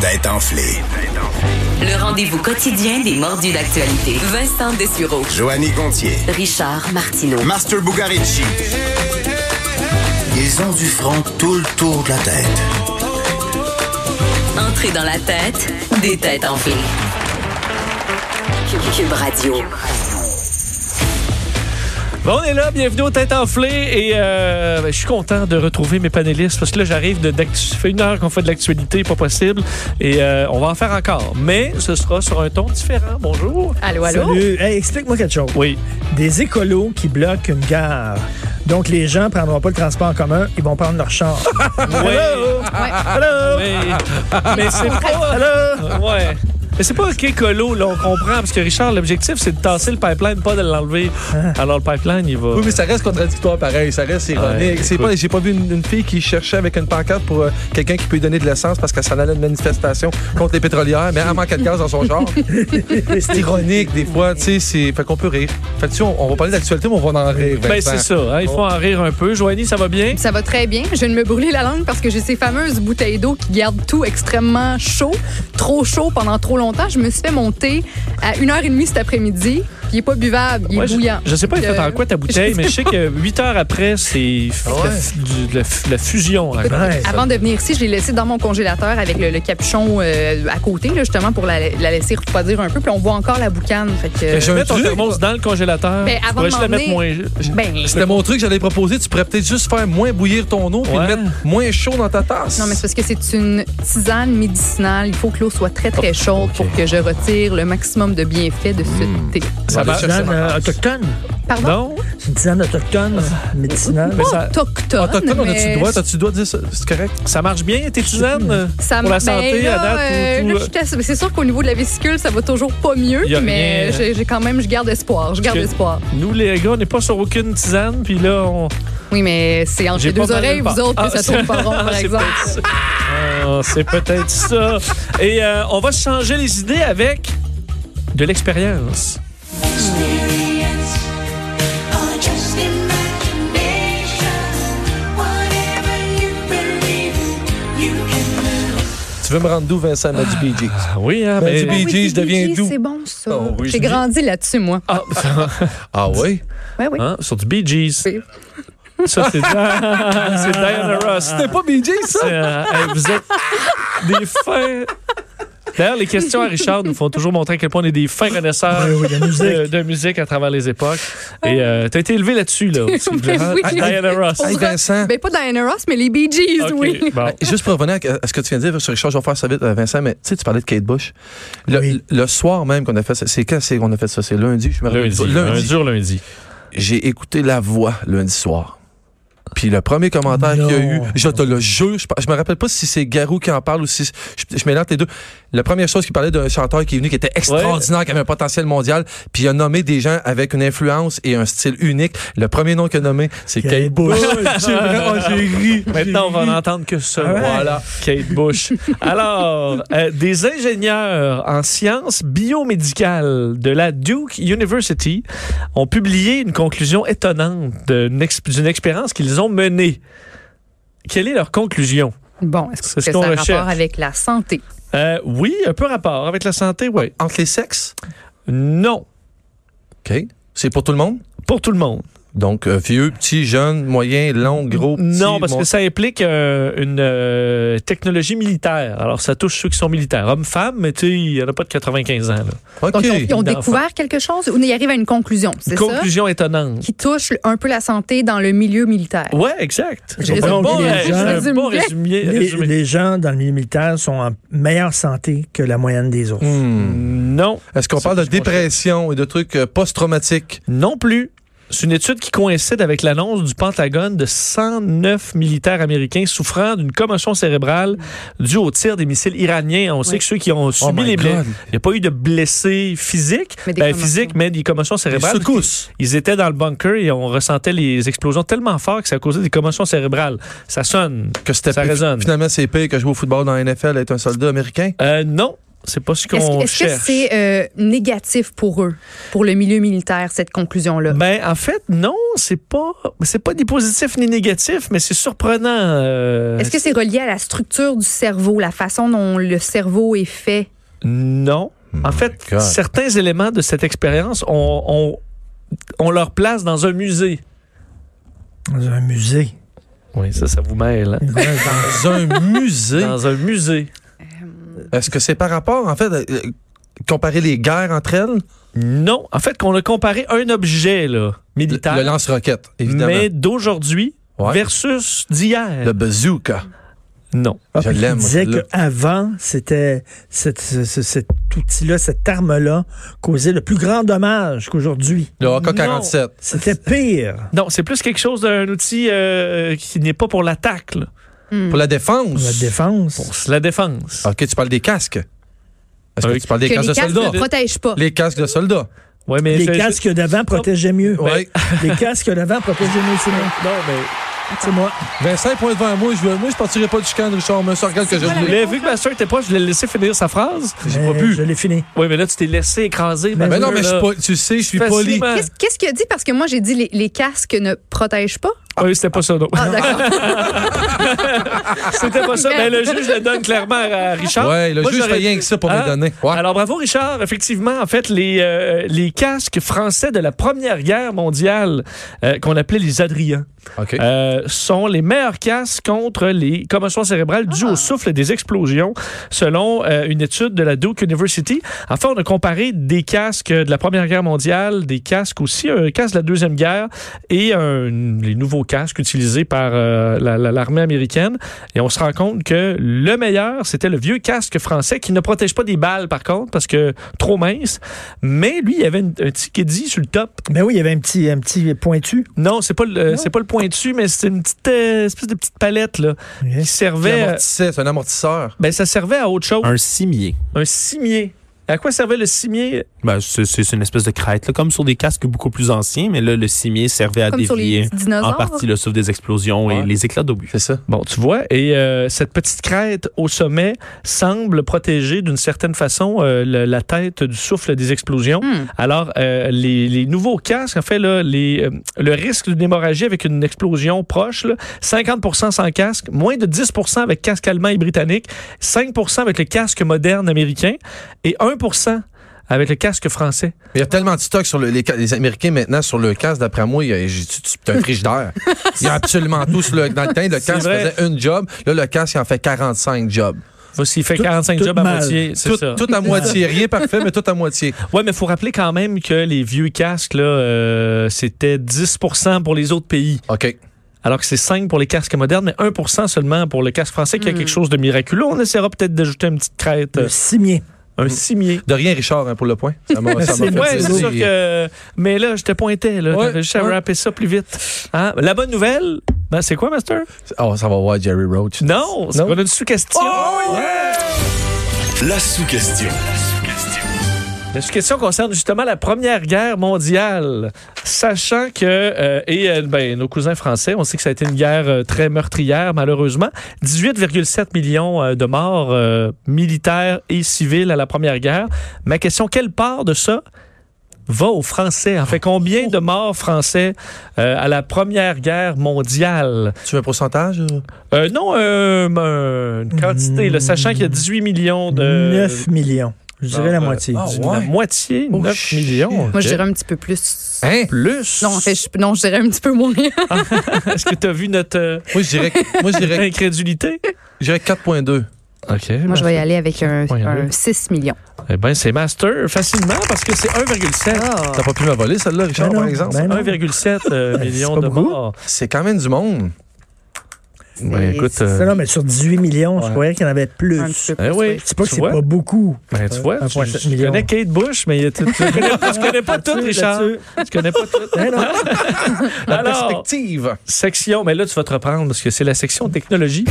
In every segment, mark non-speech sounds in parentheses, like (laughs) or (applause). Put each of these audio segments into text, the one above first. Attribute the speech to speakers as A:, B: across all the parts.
A: Tête enflée.
B: Le rendez-vous quotidien des mordus d'actualité. Vincent Dessureau.
A: Joanny Gontier.
B: Richard Martineau.
A: Master Bugarici. Ils ont du front tout le tour de la tête.
B: Entrée dans la tête des têtes enflées. Cube- Cube Radio.
C: Bon, on est là, bienvenue aux Têtes Enflées et euh, ben, je suis content de retrouver mes panélistes parce que là j'arrive de d'actu- ça fait une heure qu'on fait de l'actualité, pas possible et euh, on va en faire encore, mais ce sera sur un ton différent. Bonjour.
D: Allô, allô?
E: Salut. Hey, explique-moi quelque chose.
C: Oui,
E: Des écolos qui bloquent une gare. Donc, les gens prendront pas le transport en commun, ils vont prendre
C: (laughs)
E: leur char.
C: oui,
E: Hello!
C: oui. mais c'est pas
E: Hello!
C: ouais. Mais c'est pas OK écolo, là, on comprend, parce que Richard, l'objectif, c'est de tasser le pipeline, pas de l'enlever.
E: Hein?
C: Alors, le pipeline, il va...
F: Oui, mais ça reste contradictoire pareil, ça reste
C: Ouais,
F: ironique.
C: écoute.
F: C'est pas, j'ai pas vu une, une fille qui cherchait avec une pancarte pour euh, quelqu'un qui peut lui donner de l'essence parce qu'elle s'en allait à une manifestation contre les pétrolières, mais elle manquait de gaz dans
C: (laughs)
F: son genre. c'est ironique des fois, tu sais, c'est. Fait qu'on peut rire. Fait que, tu sais, on, on va parler d'actualité, mais on va en rire.
C: Ben,
F: Vincent.
C: c'est ça, hein, il faut en rire un peu. Joanie, ça va bien?
D: Ça va très bien. Je viens de me brûler la langue parce que j'ai ces fameuses bouteilles d'eau qui gardent tout extrêmement chaud, trop chaud pendant trop longtemps. Je me suis fait monter à 1h30 cet après-midi. puis Il est pas buvable, il est
C: Ouais, je-
D: bouillant.
C: Je, sais pas, il fait
D: Euh,
C: en quoi ta bouteille,
D: (laughs) je
C: mais je sais que 8 heures après, c'est f- la, f- du- la f- la fusion. hein.
E: Ah Ouais.
D: Avant de venir ici, je l'ai laissé dans mon congélateur avec le, le capuchon euh, à côté, là, justement, pour la, la laisser refroidir un peu. Puis on voit encore la boucane. Fait que,
C: Je mets ton
F: truc.
C: thermos dans le congélateur.
D: Ben, avant
C: Faudrait
D: de
C: juste la mettre moins.
D: m'emmener- ben,
F: Oh. C'était mon truc que j'allais proposer. Tu pourrais peut-être juste faire moins bouillir ton eau puis
C: Ouais.
F: le mettre moins chaud dans ta tasse.
D: Non, mais c'est parce que c'est une tisane médicinale. Il faut que l'eau soit très, très
C: Oh,
D: chaude pour que je retire le maximum de bienfaits de ce thé.
C: Ça
F: va
C: marche.
E: C'est une tisane euh, autochtone.
D: Pardon?
C: Hmm. Non? Ah.
E: C'est une tisane autochtone médicinale.
C: Mais ça,
D: Autochtone.
F: Autochtone, on a-tu
D: mais-
F: le droit? T'as-tu le droit de dire ça? C'est correct?
C: ça marche bien, tes tisanes?
D: Ça
C: pour la
D: me-
C: santé,
D: ben
C: à
D: là,
C: date,
D: euh,
C: tout-
D: là,
C: tout-
D: je suis assez- C'est sûr qu'au niveau de la vésicule, ça va toujours pas mieux,
C: Y a rien.
D: mais j'ai j'ai quand même, je garde espoir. Je garde
C: que-
D: espoir.
C: Nous, les gars, on n'est pas sur aucune tisane, puis là, on.
D: Oui, mais c'est entre
C: J'ai
D: les
C: pas
D: deux
C: mal
D: oreilles,
C: nulle
D: vous
C: part.
D: autres, que
C: Ah,
D: ça
C: (laughs)
D: tourne pas rond, par
C: c'est
D: exemple.
C: peut-être ça. Ah, c'est peut-être ça. Et euh, on va changer les idées avec de l'expérience.
F: Tu veux me rendre d'où, Vincent? m'a dit Bee Gees.
C: Ah oui, hein,
F: Ben,
C: mais-
F: du Bee Gees, je deviens
D: Bee Gees,
F: doux.
D: Ah C'est bon, ça.
F: Oh, oui,
D: j'ai
F: je dis-
D: grandi là-dessus, moi.
C: Ah, (laughs)
F: Ah oui?
D: Oui, oui.
C: hein, sur du Bee Gees.
D: Oui.
C: Ça, c'est (laughs)
D: (laughs)
C: c'est Diana Ross.
D: Ah,
F: C'était pas Bee Gees, ça?
C: C'est, euh, hey, vous êtes des fins. D'ailleurs, les questions à Richard nous font toujours montrer à quel point on est des fins connaisseurs Ben de, de musique. à travers les époques. Et euh, t'as été élevé là-dessus, là.
D: (laughs)
C: aussi.
D: Mais oui.
C: Ah, Diana Ross.
F: Hey,
D: Pour-
F: Vincent.
D: Ben, pas Diana Ross, mais les Bee Gees,
C: Ah, Ok,
D: oui.
C: bon.
F: Et Ben, Juste pour revenir à à ce que tu viens de dire sur Richard, je vais faire ça vite, euh, Vincent, mais tu sais, tu parlais de Kate Bush. Le,
E: Oui.
F: le soir même qu'on a fait ça, c'est quand c'est qu'on a fait ça? C'est lundi, je me rappelle
C: Lundi,
F: pas.
C: un dur lundi.
F: J'ai écouté La Voix lundi soir. Puis le premier commentaire qu'il y a eu,
E: Non.
F: je te le jure, je, pa- je me rappelle pas si c'est Garou qui en parle ou si je, je mélange les deux. La première chose qu'il parlait d'un chanteur qui est venu, qui était extraordinaire, qui avait un potentiel mondial, puis il a nommé des gens avec une influence et un style unique. Le premier nom qu'il a nommé, c'est
E: Kate
F: Kate Bush.
E: C'est vrai, oh, j'ai ri.
C: Maintenant, on va en entendre que ça.
E: Ah ouais.
C: Voilà. Kate Bush. Alors, euh, des ingénieurs en sciences biomédicales de la Duke University ont publié une conclusion étonnante d'une ex- d'une expérience qu'ils ont menée. Quelle est leur conclusion?
D: Bon, est-ce
C: C'est
D: que
C: ce
D: ça
C: qu'on
D: a rapport
C: recherche.
D: avec la santé?
C: Euh, oui, un peu rapport avec la santé, oui.
F: Entre les sexes?
C: Non,
F: OK. C'est pour tout le monde?
C: pour tout le monde.
F: Donc, euh, vieux, petit, jeune, moyen, long, gros, petit.
C: non, parce
F: mon-
C: que ça implique euh, une euh, technologie militaire. Alors, ça touche ceux qui sont militaires. Hommes, femmes, mais tu sais, il n'y en a pas de 95 ans. là.
F: OK.
D: Donc, ils ont- ils ont,
C: D'enfant.
D: découvert quelque chose ou ils arrivent à une conclusion, c'est ça?
C: Conclusion étonnante.
D: Qui touche un peu la santé dans le milieu militaire.
C: Ouais, exact.
D: Je
C: Un
D: résume
C: bon,
E: bien,
C: ré-
E: je
C: un
D: résume
C: bon
D: bien.
C: résumé.
E: Les,
C: résumé.
E: les gens dans le milieu militaire sont en meilleure santé que la moyenne des autres.
F: Hmm.
C: Non,
F: Est-ce qu'on
C: C'est
F: parle de
C: ce que je pensais.
F: dépression et de trucs euh, post-traumatiques?
C: non plus. C'est une étude qui coïncide avec l'annonce du Pentagone de 109 militaires américains souffrant d'une commotion cérébrale due au tir des missiles iraniens. On sait que ceux qui ont subi
F: my
C: les blessés,
F: God.
C: il n'y a pas eu de blessés physiques,
D: Mais des
C: ben,
D: commotions.
C: physiques, mais des commotions
F: Des
C: cérébrales.
F: secousses.
C: Ils étaient dans le bunker et on ressentait les explosions tellement fort que ça causait des commotions cérébrales. Ça sonne.
F: Que c'était
C: Ça
F: plus-
C: résonne.
F: Finalement, c'est pire que jouer au football dans la NFL et être un soldat américain.
C: Euh, non, c'est pas ce
D: Est-ce
C: qu'on
D: que- est-ce que
C: cherche.
D: c'est euh, négatif pour eux, pour le milieu militaire, cette conclusion-là?
C: Ben, en fait, non, c'est pas, c'est pas ni positif ni négatif, mais c'est surprenant. euh,
D: Est-ce que c'est relié à la structure du cerveau, la façon dont le cerveau est fait?
C: Non. En fait,
F: God.
C: certains éléments de cette expérience, on, on, on leur place dans un musée.
E: Dans
F: (laughs)
E: un musée.
C: Oui, ça, ça vous mêle. hein.
E: Ouais, dans-
F: Dans un musée.
C: Dans un musée.
F: Est-ce que c'est par rapport, en fait, euh, euh, comparer les guerres entre elles?
C: Non. En fait, qu'on a comparé un objet, là, militaire,
F: Le lance-roquette, évidemment.
C: mais d'aujourd'hui
F: Ouais.
C: versus d'hier.
F: Le bazooka.
C: Non.
E: Ah,
F: Je
E: puis
F: l'aime,
E: Il disait
F: là.
E: qu'avant, c'était cette- ce- ce- cet outil-là, cette arme-là, causait le plus grand dommage qu'aujourd'hui.
F: Le AK-47. (laughs)
E: C'était pire.
C: Non, c'est plus quelque chose d'un outil euh, qui n'est pas pour l'attaque, là,
D: Hmm.
F: Pour la
E: Pour
F: défense.
E: la défense.
C: pour la défense.
F: OK, tu parles des casques. Est-ce que
C: Oui.
F: tu parles
D: Que
F: des
D: les
F: casques de
D: casques ne
F: soldats?
D: protègent pas.
F: Les casques de soldats.
C: Ouais, mais
E: Les
C: c'est-
E: casques d'avant protégeaient
C: Ben,
E: mieux.
F: Ouais.
E: (laughs) Les casques d'avant protégeaient mieux. C'est moi.
C: Non, mais
E: C'est moi.
F: Vincent est point devant moi. Je veux, moi, je partirai pas du camp de Richard. Mais ça, regarde que je
C: je
F: voulais.
C: voulais, vu que ma soeur était pas, je l'ai laissé finir sa phrase.
F: J'ai
E: Mais
F: pas pu.
E: Euh, Je l'ai fini.
C: Oui, mais là, tu t'es laissé écraser.
E: Mais
C: ma
F: Mais non,
C: soeur,
F: mais je suis
C: là.
F: pas, tu sais, je suis poli.
C: Facilement.
D: Qu'est-ce qu'est-ce qu'il a dit? Parce que moi, j'ai dit les, les casques ne protègent pas.
C: Oui, c'était pas ça, non.
D: Ah, d'accord.
C: (laughs) C'était pas ça. Mais le juge le donne clairement à Richard.
F: Ouais, le
C: Moi,
F: juge
C: j'aurais-
F: fait rien que ça pour
C: Hein?
F: me donner. Ouais.
C: Alors bravo Richard, effectivement, en fait, les, euh, les casques français de la Première Guerre mondiale, euh, qu'on appelait les Adriens,
F: OK.
C: euh, sont les meilleurs casques contre les commotions cérébrales dues au souffle des explosions, selon euh, une étude de la Duke University. Enfin, on a comparé des casques de la Première Guerre mondiale, des casques aussi, un casque de la Deuxième Guerre et un- les nouveaux casques utilisés par euh, la- la- l'armée américaine. Et on se rend compte que le meilleur, c'était le vieux casque français qui ne protège pas des balles, par contre, parce que trop mince. Mais lui, il avait une- un petit dit sur le top.
E: Ben oui, il y avait un petit, un petit pointu.
C: Non, c'est pas le euh, c'est pas le pointu, mais c'est une petite euh, espèce de petite palette là qui
F: Qui
C: servait. à-
F: amortissait, C'est un amortisseur.
C: ben ça servait à autre chose.
G: Un cimier.
C: Un cimier. À quoi servait le cimier
G: Ben, c'est c'est une espèce de crête, là, comme sur des casques beaucoup plus anciens, mais là, le cimier servait à
D: Comme sur les
G: dévier
D: petits
G: en
D: dinosaures.
G: partie le souffle des explosions
F: Ouais.
G: et les éclats d'obus.
F: C'est ça.
C: Bon, tu vois, et euh, cette petite crête au sommet semble protéger d'une certaine façon euh, le- la tête du souffle des explosions.
D: Hmm.
C: Alors, euh, les, les nouveaux casques, en fait, là, les, euh, le risque d'une hémorragie avec une explosion proche, là, 50 sans casque, moins de 10 avec casque allemand et britannique, 5 avec le casque moderne américain et 1 avec le casque français.
F: Il y a tellement de stock sur le- les, ca- les Américains maintenant sur le casque. D'après moi, il y a- j'ai- tu- tu- t'as un
C: (laughs)
F: frigidaire. Il y a absolument tout sur le, dans le temps. Le casque
C: vrai.
F: faisait une job. Là, le casque, il en fait 45 jobs.
C: Voici, il fait
E: Tout-
C: 45
E: tout
C: jobs à
E: mal.
C: moitié. c'est
F: Tout,
C: ça.
F: tout à moitié. Rien parfait, mais tout à moitié.
C: Oui, mais il faut rappeler quand même que les vieux casques, là, euh, c'était 10 pour les autres pays.
F: OK.
C: Alors que c'est 5 pour les casques modernes, mais 1 seulement pour le casque français qui a quelque chose de miraculeux. On essaiera peut-être d'ajouter une petite crête, euh,
E: Le cimier.
C: un cimier.
F: De rien, Richard, hein, pour le point. Ça m'a ça m'a
E: C'est
F: fait
C: Hmm. Ouais, c'est
F: plaisir.
C: sûr que. Mais là, je te pointais, là.
F: Ouais,
C: T'avais juste à
F: ouais.
C: rapper ça plus vite. Hein? La bonne nouvelle, ben, c'est quoi, Master?
F: Oh, ça va voir Jerry Roach.
C: Non, Oh, c'est
F: Non.
C: qu'on a une sous-question.
A: La sous-question.
C: La question concerne justement la Première Guerre mondiale, sachant que euh, et euh, ben, nos cousins français, on sait que ça a été une guerre euh, très meurtrière malheureusement, 18,7 millions euh, de morts euh, militaires et civils à la Première Guerre. Ma question, quelle part de ça va aux Français En fait, combien de morts français euh, à la Première Guerre mondiale
F: Tu veux un pourcentage?
C: Euh, Non, euh, euh, une quantité, là, sachant qu'il y a 18 millions de
E: 9 millions. Je dirais la moitié.
F: ah,
E: Du-
F: ouais.
C: La moitié,
F: Oh,
C: 9
F: shit.
C: millions.
D: Moi, je
F: Ok.
D: dirais un petit peu plus.
F: Hein?
C: Plus.
D: Non, en fait, je, non, je dirais un petit
C: (laughs)
D: peu moins.
C: Est-ce que tu as vu notre euh,
F: Moi, je dirais, moi, je dirais,
C: incrédulité?
F: je dirais 4,2.
C: OK.
D: Moi, je vais y aller avec un,
C: Ouais,
D: un
C: ouais.
D: 6 millions.
C: Eh bien, c'est master facilement parce que c'est 1,7.
F: T'as pas pu me voler, celle-là, Richard,
E: Ben non,
F: par exemple?
E: ben non.
C: 1,7 euh,
E: Ben, c'est
C: millions
E: pas
C: de
E: beaucoup.
C: morts.
F: C'est quand même du monde.
C: Ben, écoute, euh,
E: Non, non, mais sur 18 millions, je
C: Ouais.
E: croyais qu'il y en avait plus.
D: Un petit peu
C: eh
D: plus,
C: oui.
D: oui.
E: C'est pas que
C: Tu
E: c'est
C: vois?
E: pas beaucoup.
C: (laughs) Ben, tu vois, tu,
E: 1,7
C: tu
E: million.
C: connais Kate Bush, mais tu, tu connais, pas- tu connais pas tout, Richard.
E: Là-dessus.
C: Tu connais pas tout.
E: Ben non.
F: La
C: Alors,
F: perspective.
C: section, mais là, tu vas te reprendre parce que c'est la section technologie.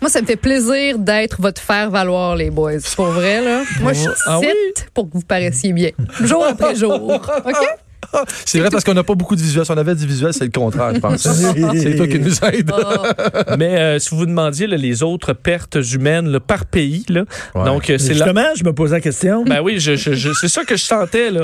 D: Moi, ça me fait plaisir d'être votre faire-valoir, les boys. Pour vrai, là. Moi, je suis
C: Ah oui? (laughs)
D: cite pour que vous paraissiez bien. Jour après jour. OK?
F: C'est vrai parce qu'on n'a pas beaucoup de visuels. Si on avait du visuel, c'est le contraire, je pense. (laughs) c'est toi qui (laughs) nous aides.
C: Mais euh, si vous demandiez là, les autres pertes humaines là, par pays, là,
F: Ouais.
C: donc euh, c'est là.
E: Justement, je me posais la question.
C: Ben oui, je, je- je- c'est ça que je sentais là.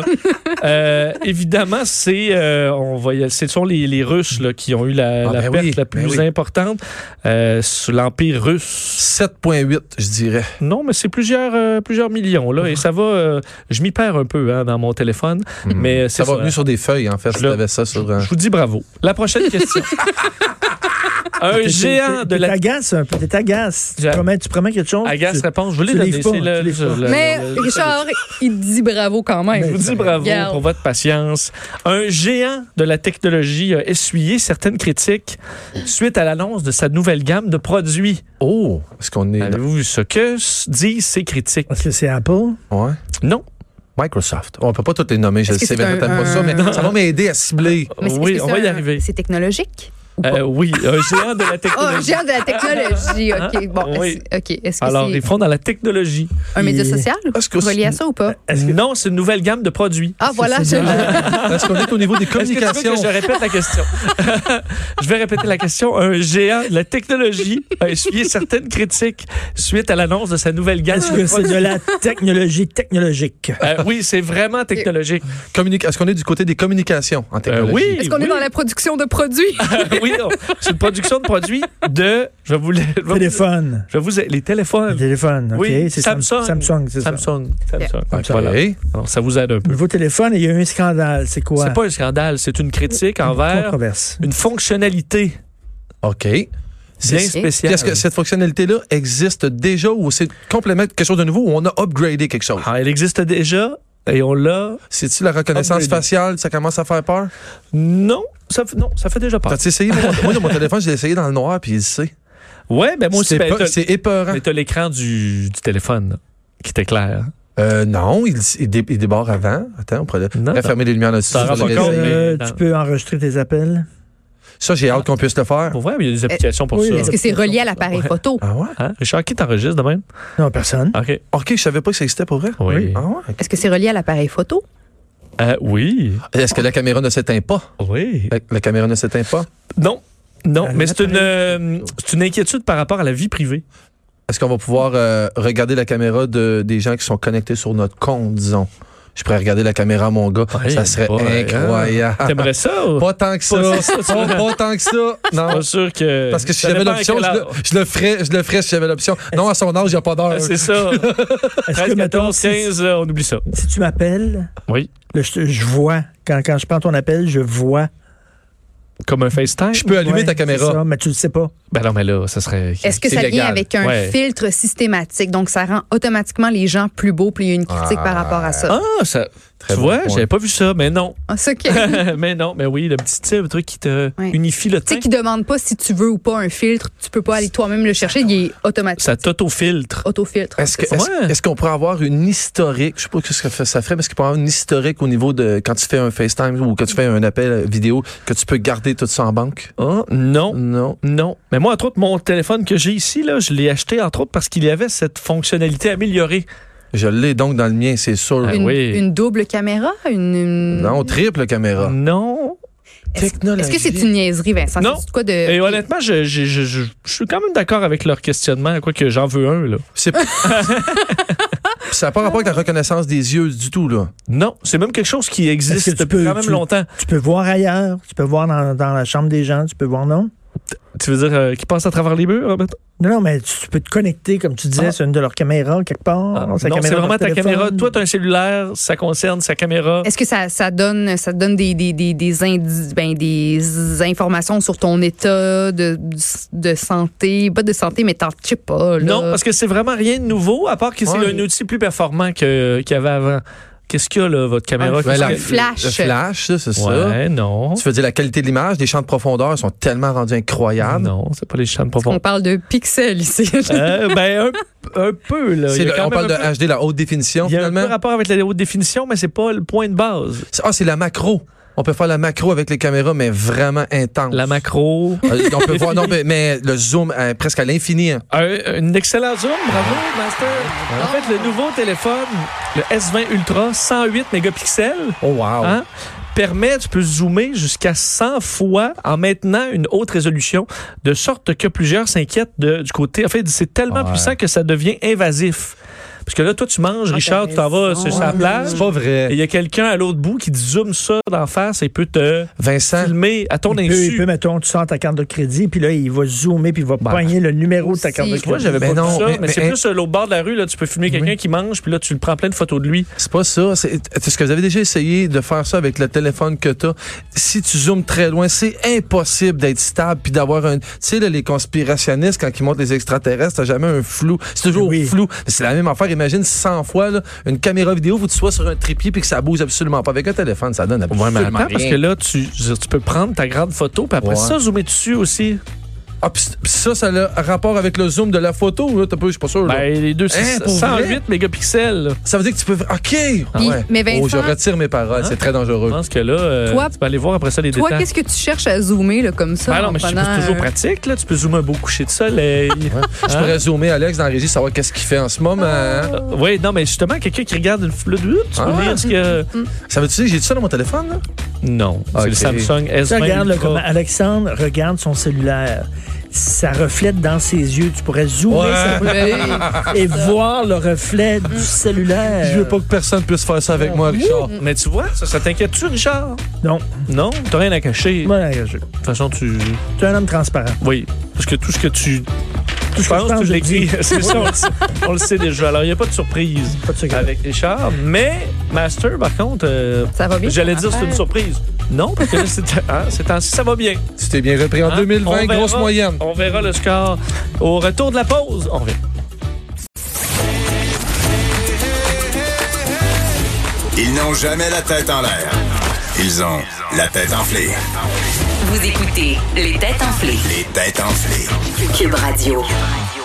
C: Euh, évidemment, c'est euh, on va y- ce sont les, les Russes là, qui ont eu la,
F: Ah,
C: la
F: ben
C: perte
F: oui,
C: la
F: ben
C: plus
F: oui.
C: importante euh, sous l'empire russe.
F: 7.8, je dirais.
C: Non, mais c'est plusieurs euh, plusieurs millions là et ça va. euh, je m'y perds un peu hein, dans mon téléphone, mais euh, c'est
F: Ça va venu sur des feuilles, en fait, si
C: le-
F: t'avais ça sur... euh, un-
C: Je vous dis bravo. La prochaine question. un géant de la
E: T'agaces un peu. T'es agace. Tu
C: Ja-
E: promets, tu promets quelque chose.
C: Agace
E: tu-
C: réponse. Je vous l'ai
E: tu
C: donné.
E: livres pas,
C: c'est le-
E: tu livres
C: le-
E: pas.
C: le-
D: Mais
C: le-
D: Richard, il dit bravo quand
C: Je
D: même.
C: vous dis bravo
D: Regarde.
C: pour votre patience. Un géant de la technologie a essuyé certaines critiques suite à l'annonce de sa nouvelle gamme de produits.
F: Oh! Est-ce qu'on est...
C: Avez-vous vu ce que s- disent ces critiques?
E: Parce que c'est Apple.
F: Ouais.
C: Non.
F: Microsoft. On peut pas toutes les nommer, je le
D: Est-ce que
F: sais,
D: c'est
F: mais
D: un-
F: peut-être pas ça, mais ça va m'aider à cibler.
D: Mais c'est-
C: oui,
D: est-ce que
C: on va
D: c'est
C: y
D: un-
C: arriver.
D: C'est technologique?
C: Euh, oui, un géant (laughs) de la
D: Oh, un
C: technologie.
D: géant de la technologie. OK. Bon, est-ce-
C: ah, Oui.
D: OK. Est-ce que
C: Alors, ils
D: c'est
C: font dans la technologie.
D: un média social
F: Est-ce que c'est-
D: relié à ça ou pas?
C: Non, c'est une nouvelle gamme de produits.
D: Ah, voilà.
E: c'est
D: je-
F: Est-ce qu'on est au niveau des
C: Est-ce que tu veux
F: communications?
C: que je répète la question? (laughs) je vais répéter la question. Un géant de la technologie a essuyé certaines critiques suite à l'annonce de sa nouvelle gamme
E: Est-ce
C: de
E: que c'est de la technologie technologique?
C: Euh, oui, c'est vraiment technologique. Euh,
F: Communica- Est-ce qu'on est du côté des communications en technologie?
C: oui.
D: (laughs) Est-ce qu'on est dans la production de produits?
C: (laughs) oui, non. C'est une production de produits de. Je vais vous les. je vais vous-
E: Téléphone.
C: Je vais vous les téléphones.
E: Téléphone, OK.
C: Oui,
E: c'est Sam-
C: Samsung.
E: Samsung, c'est ça.
C: Samsung. Samsung.
F: OK.
C: Voilà. Alors, ça vous aide un peu.
E: Nouveau téléphone, il y a eu un scandale. C'est quoi?
C: C'est pas un scandale, c'est une critique envers
E: controverse.
C: une fonctionnalité
F: OK.
C: bien
F: C'est-
C: spéciale.
F: Est-ce que cette fonctionnalité-là existe déjà ou c'est complètement quelque chose de nouveau ou on a upgradé quelque chose?
C: Ah, elle existe déjà et on l'a.
F: C'est-tu la reconnaissance
C: Ah. Upgradé.
F: faciale? Ça commence à faire peur?
C: Non, ça, f- non, ça fait déjà pas.
F: T'as-tu essayé? Moi, moi, dans
C: (laughs)
F: mon téléphone, j'ai essayé dans le noir puis il sait.
C: Ouais, ben moi aussi.
F: C'est
C: ben,
F: pas-
C: t'as-
F: c'est épeurant.
C: mais t'as l'écran du, du téléphone là, qui t'éclaire.
F: Euh, non, il, il, dé- il débarre avant. Attends, on pourrait
C: Non, non.
F: fermer les lumières là-dessus.
C: Ça
F: je
C: rend pas
F: l'avais
C: compte,
F: essayé.
E: Euh,
C: mais dans-
E: tu peux enregistrer tes appels.
F: Ça, j'ai hâte qu'on puisse le faire.
C: Pour vrai, il y a des applications pour
E: oui,
C: ça.
E: est-ce
D: Euh, Est-ce que c'est relié à l'appareil photo?
F: Ah ouais?
C: Hein? Richard, qui t'enregistre de même?
E: Non, personne.
C: OK.
F: OK, je savais pas que ça existait pour vrai.
C: Oui.
F: Ah ouais?
D: Est-ce que c'est relié à l'appareil photo?
C: Euh, oui.
F: Est-ce que la caméra ne s'éteint pas?
C: Oui.
F: La, la caméra ne s'éteint pas?
C: Non. Non,
E: Euh,
C: mais c'est une, euh,
E: l'appareil.
C: c'est une inquiétude par rapport à la vie privée.
F: Est-ce qu'on va pouvoir euh, regarder la caméra de, des gens qui sont connectés sur notre compte, disons? Je pourrais regarder la caméra à mon gars.
C: Ouais,
F: ça serait
C: ouais,
F: incroyable.
C: T'aimerais ça? ou-
F: Pas tant que ça.
C: Pas
F: (laughs) Pas, pas tant que ça. Non.
C: Pas sûr que.
F: Parce que si
C: Ça
F: j'avais
C: dépend à
F: l'option,
C: quel
F: je
C: âge.
F: le, je le ferais, je le ferais si j'avais l'option. Non, à son âge, il n'y a pas
C: Ah,
F: d'heure.
C: C'est
F: (laughs)
C: ça.
E: Est-ce
C: 13,
E: que, mettons,
C: 14,
E: si,
C: 15, euh, on oublie ça.
E: si tu m'appelles,
C: Oui.
E: là, je, te- je vois. Quand, quand je prends ton appel, je vois.
C: Comme un FaceTime?
F: Je peux allumer
E: Ouais,
F: ta
E: c'est
F: caméra.
E: ça, mais tu le sais pas.
C: Ben non, mais là, ça serait.
D: Est-ce que
F: C'est
D: ça vient
F: légal.
D: avec un
C: Ouais.
D: filtre systématique? Donc, ça rend automatiquement les gens plus beaux, puis il y a une critique par rapport à ça.
C: Ah, ça.
F: Très
C: tu
F: bon
C: vois,
F: point.
C: j'avais pas vu ça, mais non. (laughs)
D: Ah, ça qui- tu
C: mais non, mais oui, le petit tu sais, le truc qui te
D: Ouais.
C: unifie le teint.
D: sais, qui demande pas si tu veux ou pas un filtre, tu peux pas aller toi-même le chercher, il est automatique.
C: Ça t'auto-filtre.
D: Autofiltre.
F: Est-ce que- est-ce-
C: Ouais.
F: est-ce qu'on pourrait avoir une historique? Je sais pas ce que ça ferait, mais est-ce qu'on pourrait avoir une historique au niveau de quand tu fais un FaceTime ou quand tu fais un appel vidéo, que tu peux garder tout ça en banque?
C: Ah, non.
F: Non.
C: Non. Mais moi, entre autres, mon téléphone que j'ai ici, là, je l'ai acheté, entre autres, parce qu'il y avait cette fonctionnalité améliorée.
F: Je l'ai donc dans le mien, c'est sûr.
C: Ah
D: Une,
C: oui.
D: une double caméra? Une, une-
F: Non, triple
C: Ah.
F: caméra.
C: Non.
D: Est-ce est-ce que c'est une niaiserie, Vincent?
C: Non.
D: C'est-tu de quoi de...
C: Et honnêtement, je, je- je- je- je suis quand même d'accord avec leur questionnement, quoique j'en veux un, là.
F: C'est-
C: (laughs)
F: ça n'a pas rapport avec la reconnaissance des yeux du tout, là.
C: Non, c'est même quelque chose qui existe
E: Est-ce que tu
C: depuis
E: peux-
C: quand même
E: tu-
C: longtemps.
E: Tu peux voir ailleurs. Tu peux voir dans, dans la chambre des gens. Tu peux voir, non?
C: Tu veux dire euh, qui passe à travers les murs, Robert?
E: Non, non, mais tu, tu peux te connecter, comme tu disais,
C: Ah.
E: sur une de leurs caméras quelque part.
C: non,
E: Ah, sa
C: c'est
E: caméra de
C: vraiment ta
E: téléphone.
C: caméra. Toi, tu as un cellulaire, ça concerne sa caméra.
D: Est-ce que ça, ça donne, ça donne des, des, des, des, indi- ben, des informations sur ton état de, de santé? Pas de santé, mais t'en je sais pas. Là.
C: Non, parce que c'est vraiment rien de nouveau, à part que c'est
F: Ouais.
C: un outil plus performant que- qu'il y avait avant. Qu'est-ce qu'il y a, là, votre caméra?
F: Ben,
C: Qu'est-ce
F: la-
C: que-
D: le flash.
F: Le flash, ça, c'est ça.
C: Ouais, non.
F: Tu veux dire la qualité de l'image, les champs de profondeur sont tellement rendus incroyables.
C: Non, c'est pas les chaînes
D: Parce qu'on
C: profondes.
D: parle de pixels ici.
C: Euh, ben, un, un peu, là.
F: C'est
C: Il y a
F: le-
C: quand même
F: on parle de
C: un peu-
F: HD, la haute définition,
C: Il y a un peu
F: finalement.
C: rapport avec la haute définition, mais c'est pas le point de base.
F: C'est- Ah, c'est la macro. On peut faire la macro avec les caméras, mais vraiment intense.
C: La macro.
F: Euh, on peut voir, non, mais, mais le zoom euh, presque à l'infini. hein.
C: Un, un excellent zoom, bravo, Master. En fait, le nouveau téléphone, le S20 Ultra, 108 mégapixels,
F: Oh, wow.
C: hein, permet, tu peux zoomer jusqu'à 100 fois en maintenant une haute résolution, de sorte que plusieurs s'inquiètent de- du côté. En fait, c'est tellement
G: Ouais.
C: puissant que ça devient invasif. Parce que là, toi, tu manges, Richard, tu t'en vas sur sur la plage.
F: C'est pas
C: Et
F: vrai.
C: il y a quelqu'un à l'autre bout qui te zoome ça d'en face et peut te
F: Vincent,
C: filmer à ton
E: Il peut, il peut,
C: insu. Bah.
E: mettons, tu sors ta carte de crédit, puis là, il va zoomer, puis il va pogner le numéro de ta carte de
D: Aussi.
C: Tu vois,
E: crédit.
C: j'avais
F: Ben
C: pas
F: non,
C: vu ça, mais,
F: mais-
C: c'est
F: mais-
C: plus euh, l'autre bord de la rue, là, tu peux filmer quelqu'un qui mange, puis là, tu le prends plein de photos de lui.
F: c'est pas ça. C'est- Est-ce que vous avez déjà essayé de faire ça avec le téléphone que t'as? Si tu zoomes très loin, c'est impossible d'être stable puis d'avoir un. Tu sais, là, les conspirationnistes, quand ils montrent les extraterrestres, t'as jamais un flou. C'est toujours
E: Oui.
F: flou. Mais C'est la même affaire. Imagine 100 fois là, une caméra vidéo où tu sois sur un trépied puis que ça bouge absolument pas. Avec un téléphone, ça donne absolument
C: Tout le temps,
F: rien.
C: parce que là, tu, je veux dire, tu peux prendre ta grande photo, puis après
F: Ouais.
C: ça, zoomer dessus aussi.
F: Ah, pis c- pis ça, ça a rapport avec le zoom de la photo. Là, t'as pas, je suis pas sûr. là.
C: Ben, les deux, c'est
F: Hein, pour
C: 108
F: vrai?
C: mégapixels. là.
F: Ça veut dire que tu peux. OK! Ah
D: Puis, mais Vincent-
F: oh, je retire mes paroles, c'est très
C: Je
F: dangereux.
C: pense que là, euh,
D: Toi-
C: tu peux aller voir après ça les
D: Toi,
C: détails.
D: qu'est-ce que euh, tu cherches à zoomer là, comme ça?
C: Ben non,
D: en
C: mais je sais pas,
D: prenant
C: c'est toujours
D: un-
C: pratique. Là. Tu peux zoomer un beau coucher de soleil.
D: (laughs)
F: Hein? Je pourrais zoomer Alex dans la régie, savoir qu'est-ce qu'il fait en ce moment. hein?
C: oui, non, mais justement, quelqu'un qui regarde une fleur de tu peux
F: Ah.
C: lire ce que.
F: Ça veut-tu dire que j'ai dit ça dans mon téléphone? Là?
C: Non,
F: Ok.
C: c'est le Samsung
E: Tu
C: S20
E: regardes, là,
C: Ultra.
E: comment Alexandre regarde son cellulaire. Ça reflète dans ses yeux. Tu pourrais zoomer
F: Ouais.
E: ça peut- et voir le reflet du cellulaire.
F: Je veux pas que personne puisse faire ça avec moi, Richard.
C: Mais tu vois, ça, ça t'inquiète-tu, Richard?
E: Non.
C: Non, t'as rien à cacher. De
E: Moi, je-
C: toute façon, tu...
E: Tu es un homme transparent.
C: Oui, parce que tout ce que tu
E: Tout ce que je
C: penses,
E: pense,
C: tu
E: je
C: l'écris.
E: dis.
C: (laughs) C'est ça, on le, sait, on le sait déjà. Alors, il n'y a pas de surprise
E: Pas de secret.
C: avec Richard. Mais Master, par contre, euh,
D: Ça va bien?
C: j'allais
D: ton
C: dire c'est une
D: affaire?
C: surprise. Non, parce que là, c'est hein, ces temps-ci, ça va bien.
F: Tu t'es bien repris en
C: Hein?
F: 2020,
C: On verra-
F: grosse moyenne.
C: On verra le score au retour de la pause. On revient.
A: Ils n'ont jamais la tête en l'air. Ils ont la tête enflée.
B: Vous écoutez Les Têtes Enflées.
A: Les têtes enflées.
B: Cube Radio.